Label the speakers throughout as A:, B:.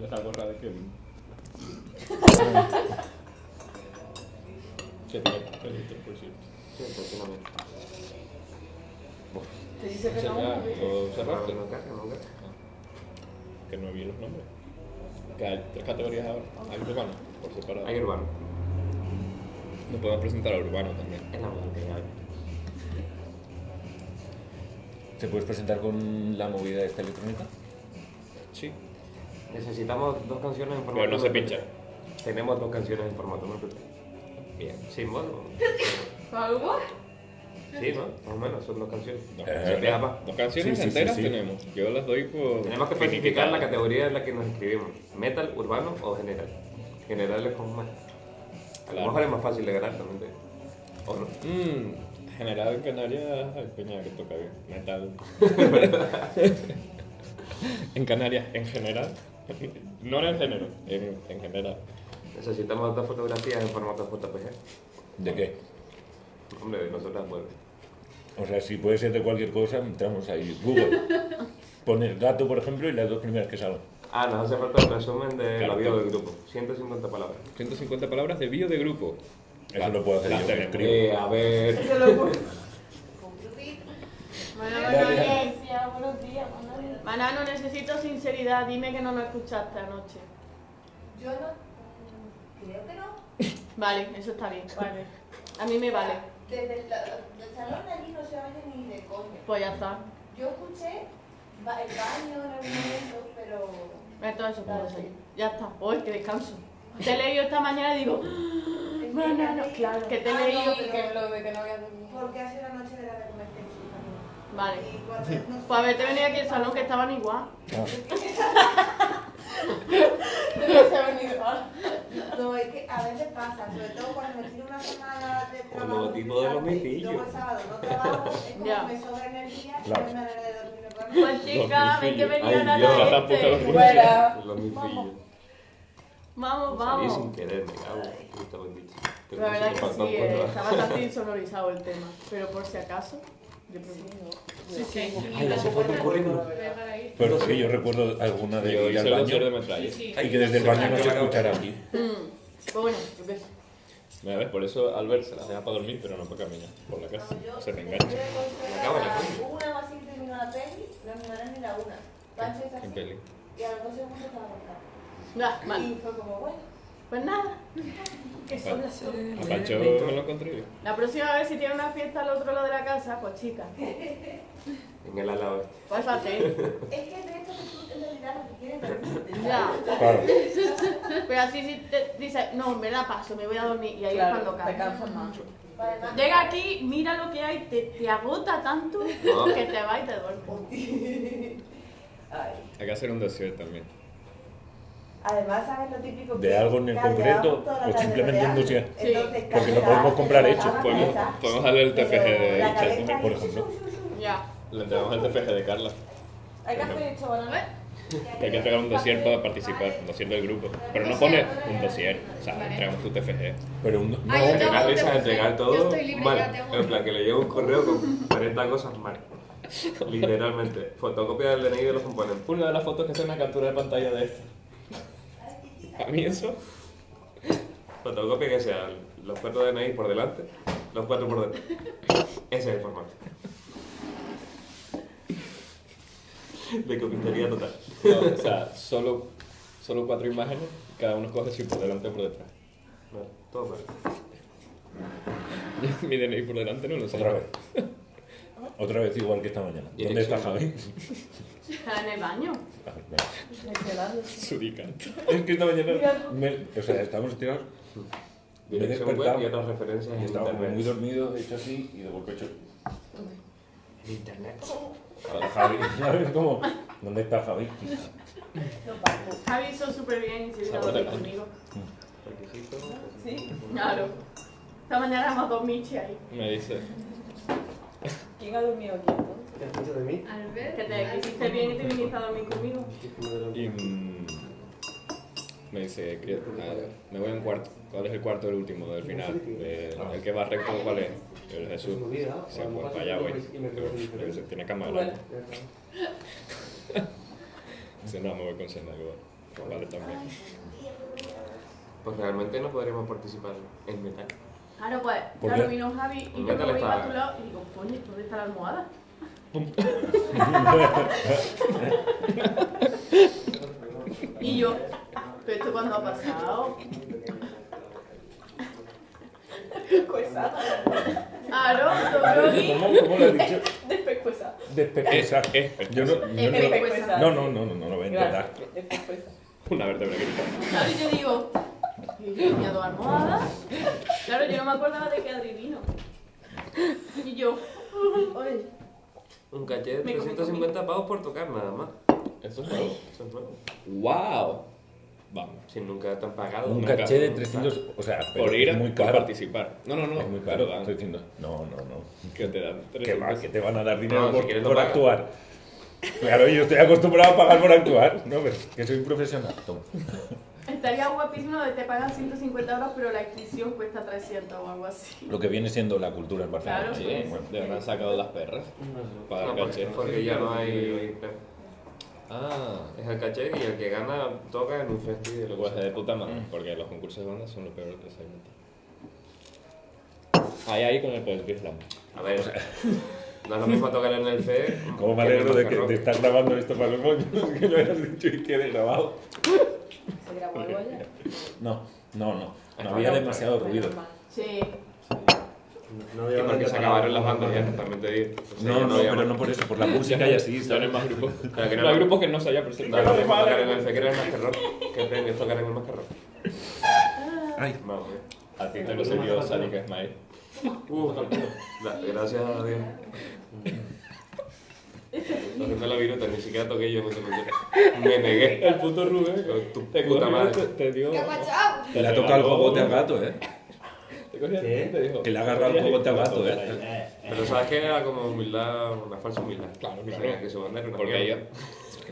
A: de la gorra de Kevin. que tiene papelito, por cierto.
B: Sí, ¿por qué no me.?
C: Te dice que
A: Será
C: no.
A: todo
B: No,
A: cerrado.
B: no encaja, no encaja.
A: Que no vi los nombres. Que hay tres categorías ahora. Hay urbano, por separado.
B: Hay urbano.
A: Nos podemos presentar a urbano también.
B: Es la mujer que hay.
D: ¿Te puedes presentar con mm, la movida esta electrónica?
A: Sí.
B: Necesitamos dos canciones en formato.
A: Pero no se pincha.
B: Tenemos dos canciones en formato múltiple.
A: Bien.
B: Sin modo.
C: ¿Algo?
B: Sí, ¿no? Más o menos, son dos canciones.
A: Dos
B: Se
A: canciones,
B: pega pa.
A: dos canciones
D: Eh, Sí, sí, sí,
A: enteras
D: sí.
A: tenemos. Yo las doy por.
B: Tenemos que especificar la categoría en la que nos inscribimos. ¿Metal, urbano o general? General es como más. A lo
A: Claro.
B: mejor es más fácil de ganar también. te digo. ¿O no?
A: Mmm, general en Canarias. Ay, peña, que toca bien. Metal. en Canarias, en general. No en el género, en, en general.
B: Necesitamos dos fotografías en formato JPG.
D: ¿De qué?
B: Hombre, de nosotras pues. puede.
D: O sea, si puede ser de cualquier cosa, entramos ahí. Google. Pones gato, por ejemplo, y las dos primeras que salgan.
B: Ah, nos hace falta un resumen de la
A: Claro.
B: vida del grupo. 150 palabras.
A: 150 palabras de bio de grupo.
D: Eso lo puedo hacer
A: las
D: yo,
A: tenemos.
D: escribo.
B: Eh, a ver.
C: Se lo pone. Manano,
E: Iglesia, buenos días, buenos días.
C: Manano, necesito sinceridad. Dime que no nos escuchaste anoche.
E: Yo no. mm, Creo que no.
C: Vale, eso está bien. Vale. A mí me vale.
E: Desde el, el salón de allí no se oye ni de coña.
C: Pues ya está.
E: Yo escuché ba- el baño en algún momento, pero.
C: Entonces eso puede seguir. Ya está. Hoy que descanso. Te he leído esta mañana y digo, Manano, claro, que te he
E: Ah,
C: leído.
E: no, pero-
F: de que no había dormido.
E: Porque hace la noche de la recomendación.
C: Vale.
E: Y cuando nos-
C: Pues haberte venido aquí al salón que estaban igual.
E: No, es que a veces pasa, sobre todo cuando me tiro una semana de trabajo.
B: Logotipo de los
E: sábado, y
B: mitillos.
E: Luego el sábado no trabajo, es como
C: Ya.
E: que me sobra energía y
D: Claro.
E: no me da de dormir. ¿no?
C: Pues chicas, ven que venía
B: Ay,
C: la
B: Dios,
A: la puta
C: gente.
A: locura.
F: Fuera.
B: Los mil
C: Vamos.
B: pillos.
C: Vamos,
B: Salí
C: vamos.
B: sin querer, me cago. Puta bendita. Creo
C: La verdad
B: se me
C: que
B: faltó
C: sí,
B: cuando-
C: eh, está bastante insonorizado el tema. Pero por si acaso, yo pregunto. Sí, sí.
B: Ay, hace falta un currículum.
D: Pero sí, yo recuerdo alguna de
A: Yo
D: ir
A: hice
D: al
A: el concierto de
D: baño
A: metralla.
D: y que desde el baño no se escuchara.
C: Mm, Pues bueno, yo qué sé.
A: Mira, ves, por eso Albert se las deja para dormir, pero no para caminar por la casa.
E: Cuando yo
A: Se te
E: termino
A: engancha.
E: de construir
B: Me acabo de
E: a
B: decir.
E: Una o así termino la peli, no me dan ni la una. Pancho es
A: En
E: así.
A: peli.
E: Y a los dos segundos estaba acá.
C: Ya, vale.
E: Y fue como, bueno,
C: Pues nada. Que son las
A: A Pancho me lo encontré yo.
C: La próxima vez si tiene una fiesta al otro lado de la casa, pues chica, pues
B: En el ala oeste.
C: pásate.
E: es que de esto que tú en realidad lo que quieres dormir.
C: Ya.
D: Claro.
C: Pero así si te dice, no, en verdad paso, me voy a dormir y ahí es cuando
F: te
C: cae.
F: cansas más.
E: Además,
C: Llega aquí, mira lo que hay, te, te agota tanto
B: No.
C: que te va y te duerme.
E: Ay.
A: Hay que hacer un dossier también.
E: Además, ¿sabes lo típico?
D: ¿De algo en el concreto o simplemente un dossier?
C: Sí.
D: Porque no podemos comprar hechos.
E: Ah,
A: Podemos, podemos darle el TFG de Chaco.
D: por ejemplo.
C: Ya.
A: Le entregamos el TFG de Carla.
F: Hay café hecho banana.
C: ¿Eh?
A: Que hay que entregar un dossier para participar, un dossier del grupo. Pero no pone un dossier, o sea, entregamos tu TFG.
D: Pero un- no,
F: Ay, yo
B: Me
F: tengo-
B: da
F: No,
B: risa
F: te-
B: entregar
F: yo
B: todo
F: estoy libre,
B: mal.
F: ya tengo-
B: En plan, que le llevo un correo con 40 cosas mal. Literalmente. Fotocopia del DNI de los componentes.
A: Una de las fotos que es una captura de pantalla de esto. A mí eso.
B: Fotocopia que sea los cuatro DNI por delante, los cuatro por detrás. Ese es el formato. De copistería total.
A: No, o sea, solo, solo cuatro imágenes, cada uno coge si por delante o por detrás.
B: No, todo mal.
A: Mi DNI por delante no lo sé.
D: otra vez. Otra vez igual que esta mañana. ¿Dónde está Javi?
C: En el baño.
A: Sudicante.
D: Es que esta mañana. me- o sea, estamos tirados. Me he
B: Dirección web
D: despertado.
B: y otras referencias en
D: Y estaba como muy
B: internet.
D: dormido, hecho así, y de golpe hecho.
B: En internet.
D: Javi, ¿sabes cómo? ¿Dónde está Javi?
C: Javi hizo súper bien y se vino a
A: Sabor de
C: dormir conmigo.
B: Requisito.
F: Sí.
C: Claro. Esta mañana hemos dos michi ahí.
A: Me dice.
F: ¿Quién ha dormido aquí entonces?
B: ¿Te has dicho de mí?
C: Ah. Que te hiciste bien y te viniste a dormir conmigo.
A: Y mm, me dice, "Cri- ah, me voy a un cuarto. ¿Cuál es el cuarto del último, del final?
D: Ah.
A: Eh, el que va recto, ¿cuál es? El Jesús. Dice, pues para allá voy. Pero dice, tiene cama grande. Dice, no, me voy con Senda. Digo, Vale, también.
B: Pues realmente no podríamos participar en metal.
C: Claro, pues,
D: ¿Por
C: claro,
D: qué?
C: vino Javi y
B: ¿Qué
C: yo
B: tal
C: lo vi
B: estaba?
C: a tu lado y digo, coño, ¿dónde está la almohada? y yo, ¿pero esto cuándo ha pasado?
F: Pescuezada.
C: Ah, Claro,
D: ¿Cómo, cómo lo has dicho?
F: Despecuezada.
D: Despepeza.
A: eh,
D: Yo no, yo no-
F: Despecuezada.
D: no, no, no, no, no lo voy a intentar.
F: Gracias. Despecuezada.
A: Una vértebra que
C: Claro, y yo digo, ¿y a dos almohadas? Claro, yo no me acordaba de que adivino. Y yo,
F: Oye,
B: Un caché de
C: Me comí,
B: 350 pavos por tocar nada más.
A: Eso es nuevo.
B: Eso es nuevo.
A: ¡Wow! Vamos.
B: Si nunca te han pagado.
D: Un
A: Nunca.
D: caché de 300, o sea, pero
A: Por ir
D: es
A: a
D: muy
A: por
D: caro.
A: participar. No, no, no.
D: Es muy
A: te
D: caro,
A: lo dan.
D: 300. No, no, no.
A: Que te dan.
D: Que va,
A: 300.
D: que te van a dar dinero
B: No, si
D: por,
B: quieres lo
D: por
B: pagas.
D: actuar. Claro, yo estoy acostumbrado a pagar por actuar. No, pero que soy profesional. Toma.
C: estaría guapísimo de te pagan 150 euros, pero la inscripción cuesta 300 o algo así.
D: Lo que viene siendo la cultura en Barcelona.
C: Claro,
A: Sí,
D: Sí, bueno.
A: le habrán sacado las perras para
B: No,
A: el caché.
B: porque, porque ya no hay.
A: Ah,
B: Es el caché y el que gana toca en un festival de lo que
A: pues
B: sea.
A: de puta madre,
D: Mm.
A: porque los concursos de bandas son lo peor que se ha inventado. Ahí, ahí con el poder Islam.
B: A ver, no es lo mismo tocar en el FE.
D: Como me
B: que en el
D: alegro de que
B: Macarrón.
D: te estás grabando esto para los moños, que lo hayas dicho y quede grabado.
F: ¿se grabó algo allá?
D: No, no, no. No
B: Está
D: había
B: bien.
D: demasiado ruido.
C: Sí,
G: No
B: Y porque se acabaron las bandas ya, también te digo. O sea, ya
D: No, no,
B: había
D: pero
B: más.
D: no por eso, por la música y así,
A: Ya no hay
D: ¿sabes?
A: más grupos.
B: Claro que no,
A: no hay
B: no.
A: grupos que no se haya
B: No, no,
A: presentado.
B: no, tocar en el FE que era el mascarrón. ¿Qué premios tocar en el mascarrón?
D: Ay.
B: Vamos, eh.
A: A ti te lo sirvió Sadiq Ismail.
B: Uh, da- gracias a Dios. Haciendo la viruta, ni siquiera toqué yo en ese momento. Me negué.
A: El puto Rubén.
B: Con tu
A: Te
B: puta
A: cogió,
B: madre.
A: Te, te dio.
E: ¡Qué pachao!
D: Le ha tocado el
A: regaló
D: cogote al
A: una-
D: gato, ¿eh?
A: Te cogió,
G: ¿Qué?
A: te dijo.
D: Que le ha agarrado el
A: este
D: cogote al gato, ¿eh?
B: Pero sabes que era como humildad, una falsa humildad.
A: Claro,
B: Que
A: claro.
B: sabía que su banda era una
A: Porque
B: mierda.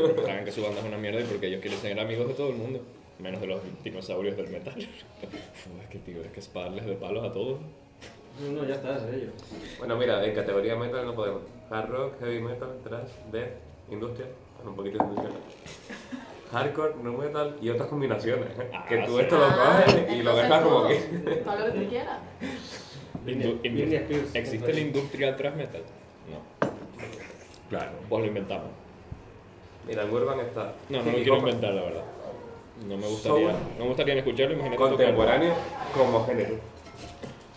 A: ellos que saben que su banda es una mierda y porque ellos quieren ser amigos de todo el mundo, menos de los dinosaurios del metal. Uf, es que tío, es que es para darles de palos a todos.
G: No, ya estás, ello.
B: Bueno, mira, en categoría metal no podemos. Hard rock, heavy metal, thrash, death, industrial, bueno, un poquito industrial. Hardcore, no metal y otras combinaciones. ¿eh?
A: Ah,
B: que tú
A: sí.
B: esto lo coges y lo dejas como que.
C: Para lo que tú quieras.
A: Indu- indu-
G: Britney Spears.
A: ¿Existe la industria thrash metal? No.
D: Claro.
A: Pues lo inventamos.
B: Mira, en Urban está.
A: No, no lo
B: Iggy
A: quiero
B: Pop,
A: inventar, la verdad. No me gustaría,
B: Soul.
A: no me gustaría ni escucharlo, imagínate tocar
B: Contemporáneo como género.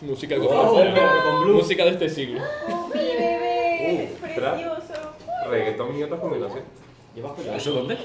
A: música
G: Wow, pero con blues.
A: música de este siglo.
F: Mi bebé, es
B: Uh, tra-
F: precioso.
B: Reggaetón y otras combinaciones.
G: Llevas cuidado.
D: ¿Eso dónde?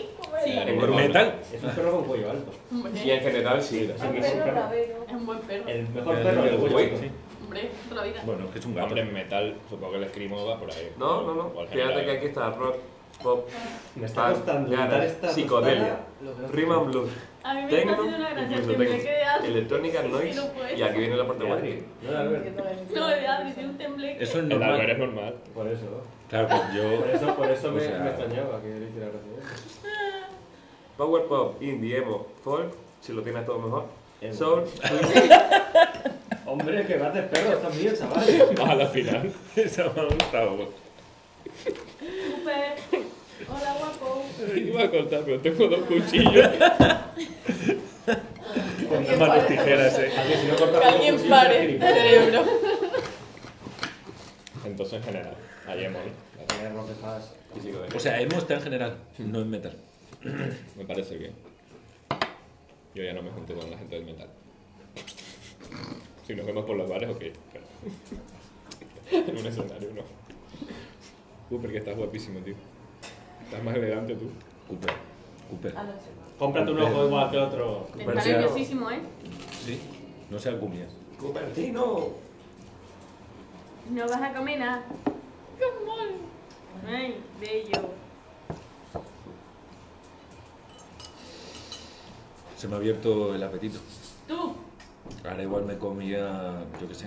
F: Sí,
A: Claro,
B: En
A: no,
D: metal?
G: Es un perro con cuello alto.
C: Hombre,
B: Y en general sí.
F: al perro lavero.
C: es un buen perro.
G: El mejor
D: El
G: perro
D: de
G: del
B: Uy.
G: mundo.
C: Hombre, toda la vida.
D: Bueno, es que es un
A: no.
D: gato.
A: Hombre, en metal, supongo que el escrimo va por ahí.
B: No, no,
A: O
B: no.
A: al
B: Fíjate
A: general.
B: que aquí está rock, pop,
G: Me está costando
B: Ganas,
G: dar esta
B: psicodelia,
G: tostada.
B: rhythm and blues,
C: A mí me está
B: techno,
C: haciendo una gracia
B: incluso
C: que me
B: techno,
C: quedé así.
B: electrónica, noise
C: no puedes.
B: y aquí viene la parte
G: De
B: buena.
G: Adri, no de Albert.
C: No, de Adri, tiene un tembleque.
D: Eso es
A: El Albert es
D: normal.
A: normal.
G: Por eso.
D: Claro, pues
G: Por
D: yo...
G: eso, por eso
D: O
G: me,
D: sea-
G: me extrañaba que le hiciera gracia.
B: Power pop, indie, emo, folk, si lo tienes todo mejor.
G: Emo.
B: Soul,
G: Hombre, que vas de perro, estás bien, chaval.
A: Vas a la final.
D: Esa me ha gustado. pues.
C: Súper. Hola, guapo.
A: Iba a cortar, pero tengo dos cuchillos.
D: Con dos manos tijeras, eh.
G: A que si no
C: Que
G: cortamos los
C: alguien
G: cuchillos,
C: pare
G: te
C: el
G: gilipollas.
C: cerebro.
A: Entonces, en general, ahí hemos, ¿no?
G: La primera no empezabas.
B: y psicodelia.
D: O sea, emo está en general, no en metal.
A: Me parece bien. Yo ya no me junto con la gente del metal. Si nos vemos por los bares, ok. pero- en un escenario, no. Uh, porque estás guapísimo, tío. Estás más elegante tú.
D: Cooper. Cooper.
F: Anoche.
G: Cómprate un ojo igual que otro.
C: Está nerviosísimo, ¿eh?
D: Sí. No sea Gumias.
B: Cupertino.
C: No vas a comer nada. ¡Qué mal! ¡Ay, bello!
D: Se me ha abierto el apetito.
C: Tú,
D: Ahora igual me comía, yo qué sé,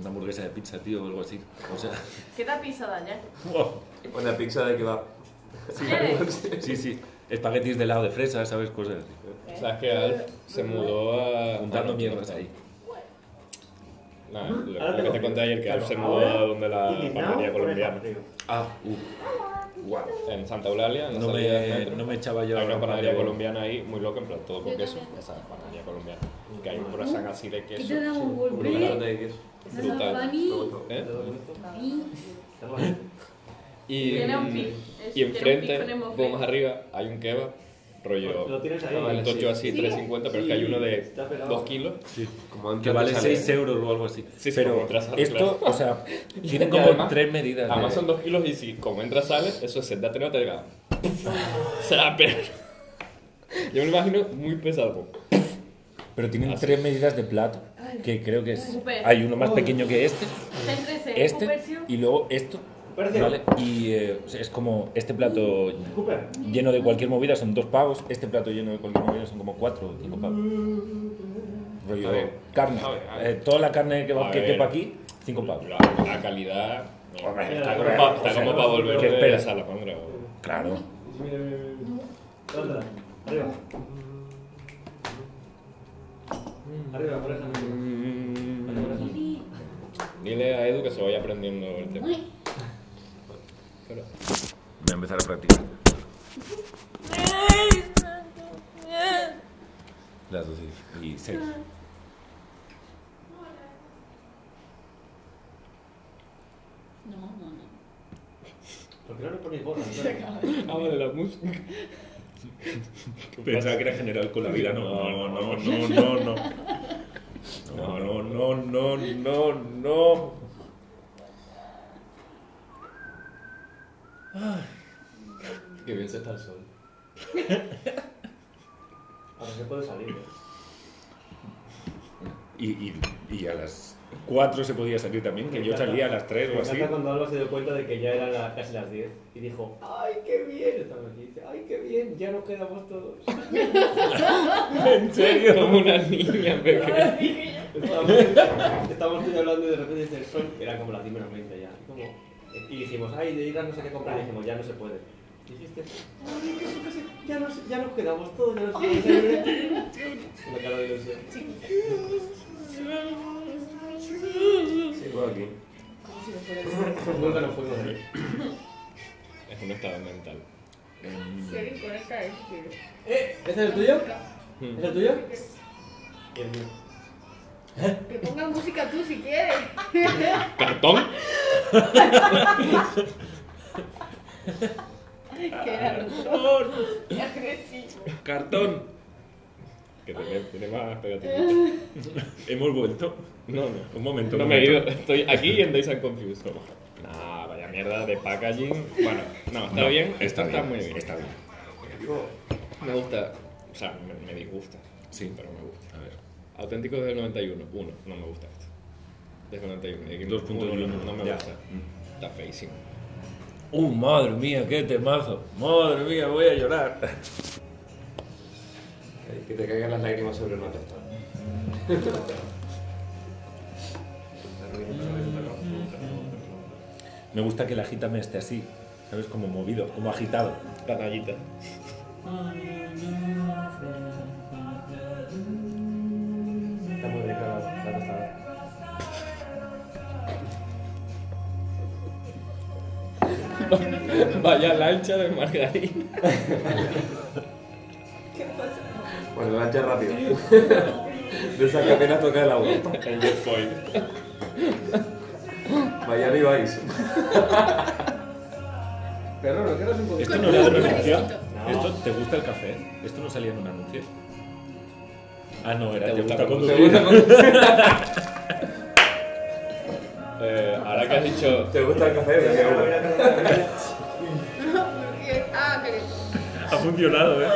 D: una hamburguesa de pizza, tío, o algo así. O sea,
C: ¿qué te pisada ya?
B: Una pues pizza de kebab.
C: ¿Quieres?
D: sí, sí. Espaguetis de helado de fresa, ¿sabes? Cosas así.
A: Sabes que Alf se mudó a.
D: Juntando
A: Ah, no,
D: mierdas
A: no.
D: ahí.
A: Nada, lo, lo que te conté ayer, que Alf se mudó
G: Ahora,
A: a donde Ah, la
G: y Linao
A: bandería
G: por el
A: colombiana.
G: patrio.
D: Ah, uh.
H: Guau.
A: en Santa Eulalia, en la
D: No
A: salida del
D: me,
A: metro.
D: no me echaba yo
A: Hay una panadería
D: madre.
A: colombiana ahí, muy loca, en plan todo con queso. Esa panadería colombiana. Que hay un croissant así de
F: ¿Qué
A: queso.
F: te damos un
B: Un
F: golpe?
B: chocolate de queso.
F: No, para mí.
A: ¿Eh?
F: Para mí.
A: Y,
I: Tiene un pif.
A: y enfrente, poco más
I: vamos a
A: arriba, hay un kebab,
G: Lo
A: rollo.
G: tienes ahí.
B: Ah, vale.
A: Un tocho así, 3.50, pero es que hay uno de
G: Está pelado.
A: 2 kilos.
B: Como antes
D: Que vale
B: sale-
D: 6 euros o algo así.
A: Sí, sí, como
D: Pero
A: tras- claro.
D: esto, o sea, tiene
A: Y
D: como
A: además-
D: tres medidas. de-
A: Además son 2 kilos y si como entras sales, eso es sentarte no te llega. Será peor. Yo me lo imagino muy pesado.
D: Pero tienen tres medidas de plato, que creo que es...
I: Súper.
D: Hay uno más pequeño que este, este y luego esto.
G: Parece-
D: ¿vale? Y eh, o sea, es como este plato
G: Cooper.
D: lleno de cualquier movida son dos pavos, este plato lleno de cualquier movida son como cuatro o cinco pavos. Rollo
A: Mm. A ver,
D: carne,
A: a ver, a ver.
D: eh, toda la carne que, va,
A: A
D: que
A: ver.
D: quepa aquí, cinco pavos.
A: La, la calidad.
D: Hombre,
A: Está como
D: claro,
A: para
D: o sea,
A: volver
D: que
A: de
D: espera.
A: Salamandra. güey.
D: Claro.
G: Mira, mira, mira, mira. ¿Dónde? Arriba. Mm, Arriba, por ejemplo.
A: Dile a Edu que se vaya aprendiendo el tema. Pero-
D: Voy a empezar a practicar. Las dos y, y seis.
F: No, no, no.
G: ¿Por qué no le ponéis bola?
A: Ah, vale, la música.
H: Pensaba que era general con la vida. No, no, no, no, no, no. No, no, no, no, no, no.
A: Que bien se está el sol.
G: A ver, se puede salir. ¿eh?
H: Y, y, y a las 4 se podía salir también, que yo salía a las 3
G: Me
H: o así.
G: encanta cuando Alba se dio cuenta de que ya eran la- casi las 10 y dijo, ¡ay, qué bien! Estamos aquí. Dice, ¡ay, qué bien! Ya nos quedamos todos.
A: ¿En serio? Como una niña pequeña.
G: Estábamos, estábamos todos hablando y de repente dice el sol, era como las 10 menos 20 ya. Y, como- y dijimos, ¡ay, de ir a no sé qué comprar! Y dijimos, ya no se puede. Y dijiste, ¡ay, qué rico! se- Ya nos, ya nos quedamos todos, ya nos quedamos todos. Una cara de ilusión.
B: Sigo aquí.
G: Nunca nos fuimos de ahí.
A: Es un estado mental.
G: ¿Eh? ¿Ese es el tuyo? ¿Es el tuyo? Y el mío.
C: Que ponga música tú si quieres.
A: ¿Cartón?
H: Cartón,
A: Que tiene, tiene más pegatinas.
H: hemos vuelto.
A: No, no.
H: Un momento.
A: No
H: un
A: me he
H: momento.
A: ido. Estoy aquí y en Days and Confused. Nah, vaya mierda de packaging. Bueno, no, está
H: No,
A: bien. Esto
H: Está, bien,
A: muy bien.
H: Está bien.
A: Me gusta. O sea, me, me disgusta.
H: Sí.
A: Pero me gusta.
H: A ver.
A: Auténticos del 91. Uno. No me gusta esto. Desde el 91.
H: 2.1,
A: Uno, Mm. No, no me
H: ya.
A: gusta. Está feísimo.
D: Uh, madre mía, qué temazo. Madre mía, voy a llorar.
B: Ay, Que te caigan las lágrimas sobre una testa.
D: Me gusta que la gita me esté así, ¿sabes? Como movido, como agitado.
A: Canallita.
G: Está muy rica la, la tostada.
A: Vaya lancha de margarina.
B: Bueno, me lancha rápido. De esa que apenas toca el agua.
A: El jet foil.
B: Miami Vice.
G: Perro, ¿no quieres un poquito?
H: Esto no era de una
F: Pobrecito.
H: canción. Esto te gusta el café. Esto no salía en un anuncio. Ah, no, era
A: Te
H: te,
A: gusta
H: gusta
A: conducir.
H: conducir.
A: Eh, ahora que has dicho.
B: ¿Te gusta el café? Dame uno.
H: Ha funcionado, ¿eh?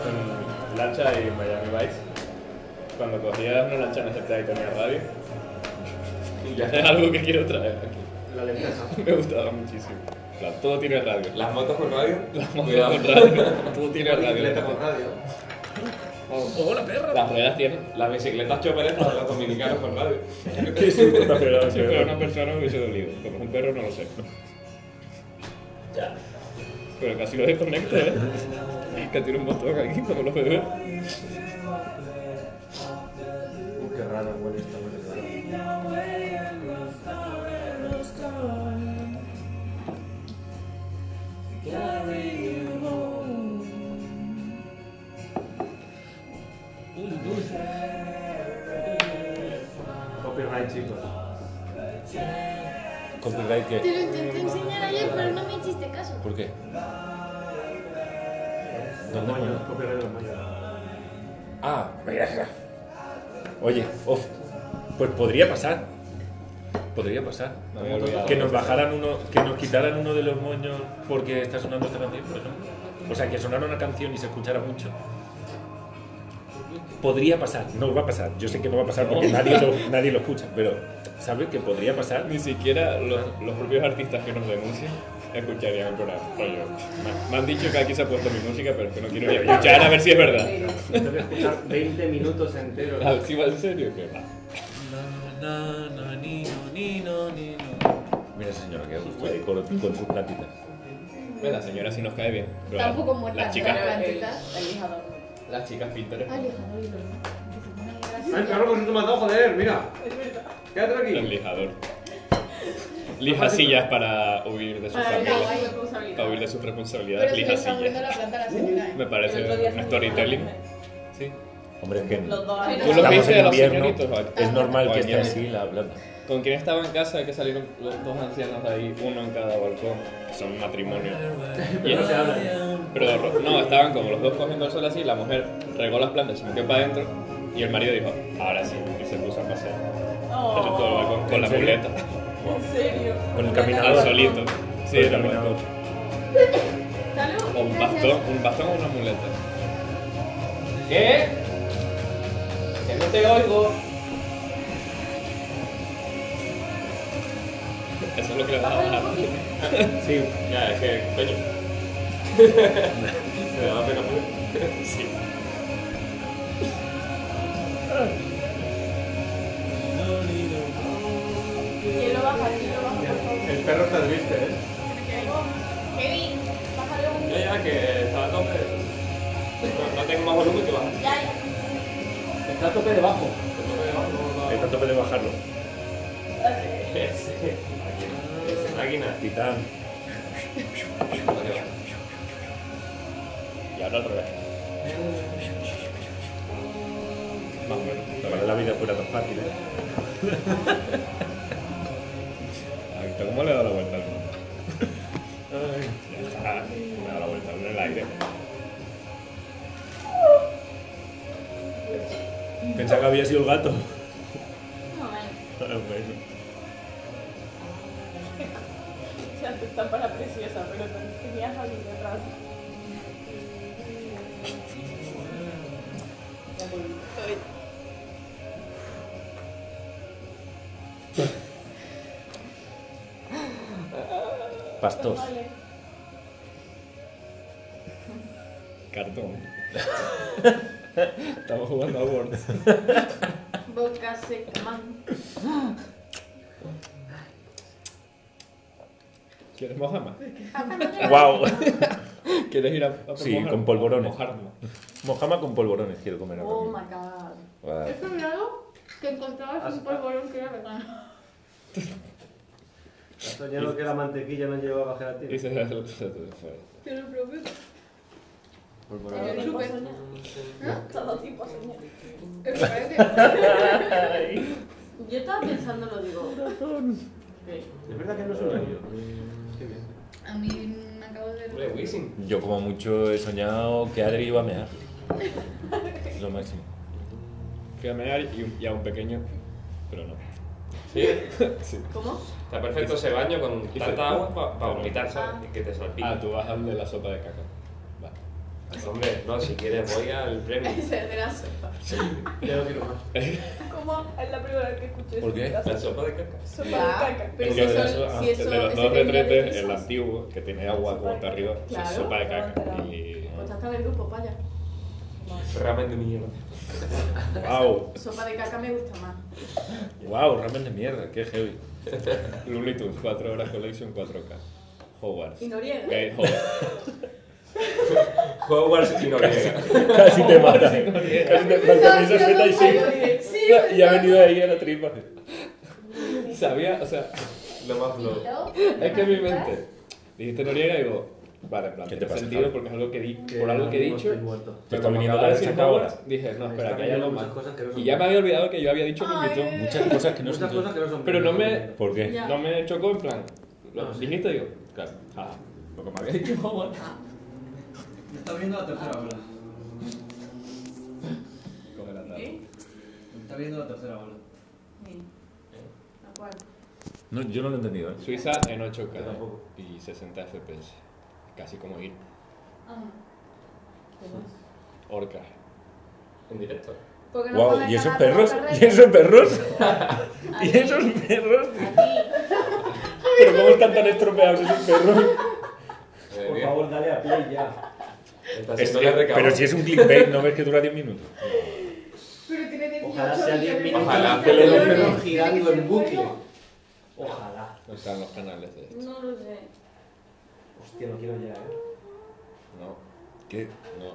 A: con lancha y Miami Vice. Cuando cogía una lancha en este y tenía radio. Y ya es algo que quiero traer aquí.
G: La lenteja.
A: Me gustaba muchísimo. Claro, todo tiene radio.
B: ¿Las motos con radio?
A: Las
B: Cuidado.
A: motos con radio. Todo tiene
G: La
A: radio. Oh,
G: bicicleta con radio.
H: ¡Hola, perra!
A: Las ruedas tienen.
B: Las bicicletas chopeletas de los dominicanos con radio.
H: ¡Qué susto te ha pegado,
A: Si fuera
H: perra!
A: una persona me hubiese dolido. Como es un perro no lo sé. Pero casi lo desconecto, ¿eh? Que tiene un botón aquí como los bebés.
G: Uh, qué raro huele esta huele raro. chicos.
D: Copyright
F: Te
D: que...
F: lo intenté enseñar ayer, pero no me hiciste caso.
D: ¿Por qué?
G: Los
D: ¿Dónde
G: mayos,
D: pongo?
G: los propios de los mayos.
D: Ah, mira, mira. Oye, off. Pues podría pasar. Podría pasar.
A: Me había olvidado.
D: Que nos bajaran uno, que nos quitaran uno de los moños porque está sonando esta canción, por ejemplo. O sea, que sonara una canción y se escuchara mucho. Podría pasar, no va a pasar. Yo sé que no va a pasar porque nadie lo, nadie lo escucha, pero ¿sabes que podría pasar?
A: Ni siquiera los, los propios artistas que nos denuncian escucharían el programa. rollo. Me, me han dicho que aquí se ha puesto mi música, pero es que no quiero ni escuchar a ver si es verdad.
G: Tengo que escuchar 20 minutos enteros.
A: Ah, ¿sí va en serio? ¿Qué va?
D: Mira esa señora que gusto pues, ahí con, con sus platitas.
A: Ve, La señora sí nos cae bien. pero la-
F: Tampoco muerta.
A: Las chicas,
C: el, el,
F: plantita.
C: lijador.
A: las chicas pintores.
F: Ay, Alejandro, y verdad. Que se pone gracioso.
G: Ay, claro, con esto me has dado, joder, mira. Quédate
A: El
G: aquí.
A: lijador. Lija sillas para huir de sus
C: Para evitar
A: familias.
C: la
A: Para huir
C: responsabilidad.
A: de sus responsabilidades,
F: Pero se le
A: lija
F: está muriendo
A: sillas.
F: la planta a la señora, ¿eh?
A: Me parece
C: El otro día
A: un
C: se
A: storytelling.
C: murió.
A: Sí.
D: Hombre, es que
C: Los dos.
F: Ay, no.
A: ¿Tú lo
D: Estamos
A: viste
D: en
A: a los
D: invierno,
A: señoritos? Val?
D: es normal que esté
A: Cualquier-
D: así la planta.
A: ¿Con quién estaba en casa que salieron los dos ancianos de ahí, uno en cada balcón? que Son un matrimonio. Y
G: Pero no se hablan.
A: Pero ro- no, estaban como los dos cogiendo el sol así, la mujer regó las plantas, se metió para adentro y el marido dijo, ahora sí, y se puso a pasear. Pero todo el balcón con la
D: ¿En serio?
A: muleta,
C: ¿En serio?
D: Con el
A: al
D: caminador.
A: solito. Sí,
D: Con el
A: en el
D: caminador.
A: balcón.
C: Salud.
A: O un bastón, un bastón o una muleta.
G: ¿Qué? Que no te oigo.
A: Eso es lo que le vas a bajar.
D: Sí,
B: Ya, es que, coño. Me da pena pues.
A: Sí.
C: ¿Quién lo baja? ¿Quién lo baja? por favor?
G: El perro ¿eh? está triste, ¿eh?
E: Kevin, bájale un...
B: Ya, ya, que estaba a tope. No, no tengo más volumen que baja.
E: Ya, ya.
G: Está a tope debajo.
D: está a tope de bajarlo.
B: Ese máquina.
D: Titán.
A: Y ahora al revés. Más o menos.
D: Ojalá la vida fuera tan fácil, ¿eh?
A: Ah, ¿viste ¿Cómo le he dado la vuelta al mundo? Ya está, me he dado la vuelta al mundo en el aire.
D: Pensaba que había sido el gato.
C: O sea, tú estás para preciosa, pero tú tenías algo detrás. Ya volví. Ay.
D: Pastos.
C: Vale.
A: Cartón. Estamos jugando a Word.
C: Boca seca, man.
A: ¿Quieres mojama?
D: ¡Wow!
A: ¿Quieres ir a, a por
D: Sí,
A: mojar-
D: con polvorones.
A: mojarnos?
D: Mojama con polvorones quiero comer ahora
C: Oh
D: mismo.
C: my god.
D: Guau.
F: Es un lado que encontrabas un polvorón que era vegano.
G: Está soñando que la mantequilla no llevaba
A: Y
G: gelatina.
A: se se- se- fue.
F: Te lo prometo.
C: Todo el
F: Pero
C: tiempo
F: súper.
C: soñar. Todo el tiempo soñar.
F: Es parece.
C: Yo estaba pensando, lo digo. ¿qué?
G: Es verdad que no es un rollo. Mm, Qué bien.
F: A mí me acabo
B: Hombre,
F: de.
B: Wisin.
D: Yo como mucho he soñado que Adri iba a mear. Es lo máximo.
A: Fui a mear y, un- y a un pequeño, pero no.
B: Sí.
A: Sí.
C: ¿Cómo?
B: Está perfecto ese baño con
A: Y se-
B: tanta agua para
A: Claro.
B: vomitar, ¿sabes?
C: Ah.
B: Que te salpica.
A: Ah, tú vas al de la sopa de caca. Va.
B: Hombre, no, si quieres voy al premio.
C: Ese de la sopa.
G: Ya no quiero más.
J: ¿Cómo? Es la primera vez que escuché
D: ¿Por qué?
B: La sopa de caca.
J: Sopa de
C: Ya.
J: caca.
C: Pero
A: Porque
C: si
A: de la
C: eso, ah,
A: sopa-
C: si eso,
A: de los
C: ese
A: dos
C: tenía
A: retretes,
C: besos.
A: el antiguo, que tiene agua
J: Sopa de
A: cuesta arriba, es
C: Claro.
A: sopa de caca. Y...
C: Pues ya está en el grupo, vaya.
B: Ramen de mierda.
D: ¡Wow!
C: Sopa de caca me gusta más.
D: ¡Wow! Ramen de mierda, qué heavy.
A: Looney Tunes, 4 horas collection, 4K. Hogwarts.
C: Y Noriega.
A: Gate Hogwarts.
B: Hogwarts y Noriega.
D: Casi te mata. Casi te mata. Esa suelta y sí.
F: Sí,
D: Y ha venido ahí a la tripa.
A: Sabía, o sea,
B: Lo más loco.
A: es que en mi mente. Dijiste Noriega y digo, Vale, en plan,
D: ¿Qué te
A: tiene
D: pasa,
A: sentido
D: Javi?
A: porque es algo que di, por algo que he dicho.
G: Estoy muerto.
D: Te
A: pero
D: está
A: como
D: viniendo
A: acababa
D: la
A: de decir
D: resaca ahora.
A: Hogwarts, Dije, no,
G: Me
A: espera,
G: están
A: que hay algo
G: viniendo
A: más.
G: muchas cosas que no son
A: Y ya me había olvidado que yo había dicho
C: Ay.
A: Plumitón.
D: Muchas cosas que no
G: Muchas
D: son
G: cosas que no son
A: Pero no me.
G: mías.
D: ¿Por qué?
C: Ya.
A: No me chocó en plan. ¿Lo
G: No, eh. Ah, sí.
A: dijiste? Digo, claro. Ah, porque me había dicho Hogwarts.
K: Está viendo la tercera ola.
A: Coge la tabla.
C: ¿Qué?
K: Está viendo la tercera ola.
C: Sí.
E: ¿De acuerdo?
D: No, yo no lo he entendido. ¿eh?
A: Suiza en 8K
G: Yo tampoco.
A: y 60 FPS. Casi como ir. Orca.
B: En directo.
E: ¿Por qué no
D: Wow,
E: pones
D: ¿y esos
E: cada
D: perros?
E: cosa
D: ¿Y
E: reta?
D: esos perros?
C: A
D: ¿Y
C: ti,
D: esos perros?
C: a ti.
D: ¿Pero cómo están tan estropeados esos perros?
B: Eh,
G: Por
B: bien.
G: favor, dale a play ya.
B: Está
D: Es-
B: haciendo la recabada.
D: pero si es un clickbait, ¿no ves que dura 10 minutos?
F: Pero tiene 18
G: Ojalá sea 10 minutos.
B: Ojalá.
G: Pero los
F: Tiene que
G: perros
F: ser
G: girando en
F: bueno.
G: bucle. Ojalá.
A: No están los canales de esto.
C: No lo sé.
G: Hostia, lo quiero ya, eh.
A: No,
D: ¿Qué?
A: no.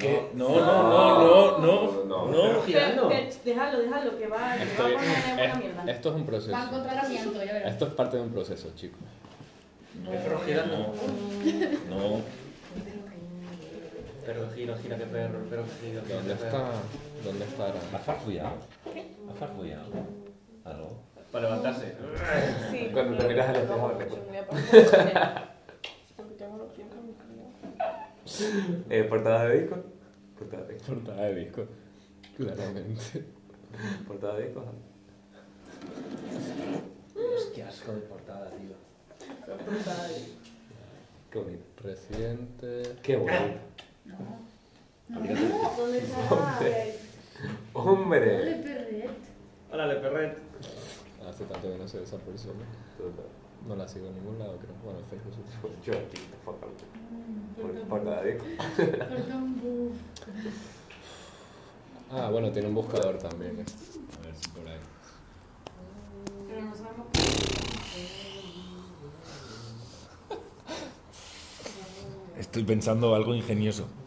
D: ¿Qué? No, no, no, no, no,
B: No.
D: no.
G: Girando.
C: Pero, pero, Déjalo, déjalo, que va, que va a
A: Estoy-
C: poner una
A: es-
C: mierda.
A: esto es un
F: Va a
A: proceso.
F: encontrar asiento, ya verás.
A: Esto es parte de un proceso, chicos.
G: El perro girando.
D: No,
G: Perro gira, gira, que perro. Perro gira, gira,
A: ¿Dónde
G: que perro.
A: está? ¿Dónde estará?
L: ¿Has farfullado? ¿Has farfullado? ¿Algo?
G: Para levantarse.
J: Sí.
B: Cuando te miras al espejo,
J: Yo
B: recuerda.
J: me voy a poner- Porque tengo los pies con mi frío.
B: Eh, portada de disco. Portada de disco.
A: Portada de disco. Claramente.
B: Portada de disco.
G: Dios, qué asco de portada, tío.
B: Qué bonito.
A: Reciente.
B: Qué bonito.
G: Ah.
E: ¿Dónde está?
B: Hombre.
F: Ole, perret.
G: Órale, perret.
A: Hace tanto que no sé de esa persona. No la sigo en ningún lado, creo. Bueno, en Facebook sí.
B: pues Yo a ti, te foca. Por- Portada de disco.
F: Perdón, bu.
A: Ah, bueno, tiene un buscador también. esto. A ver si por ahí.
E: Pero no sabemos
D: estoy pensando algo ingenioso.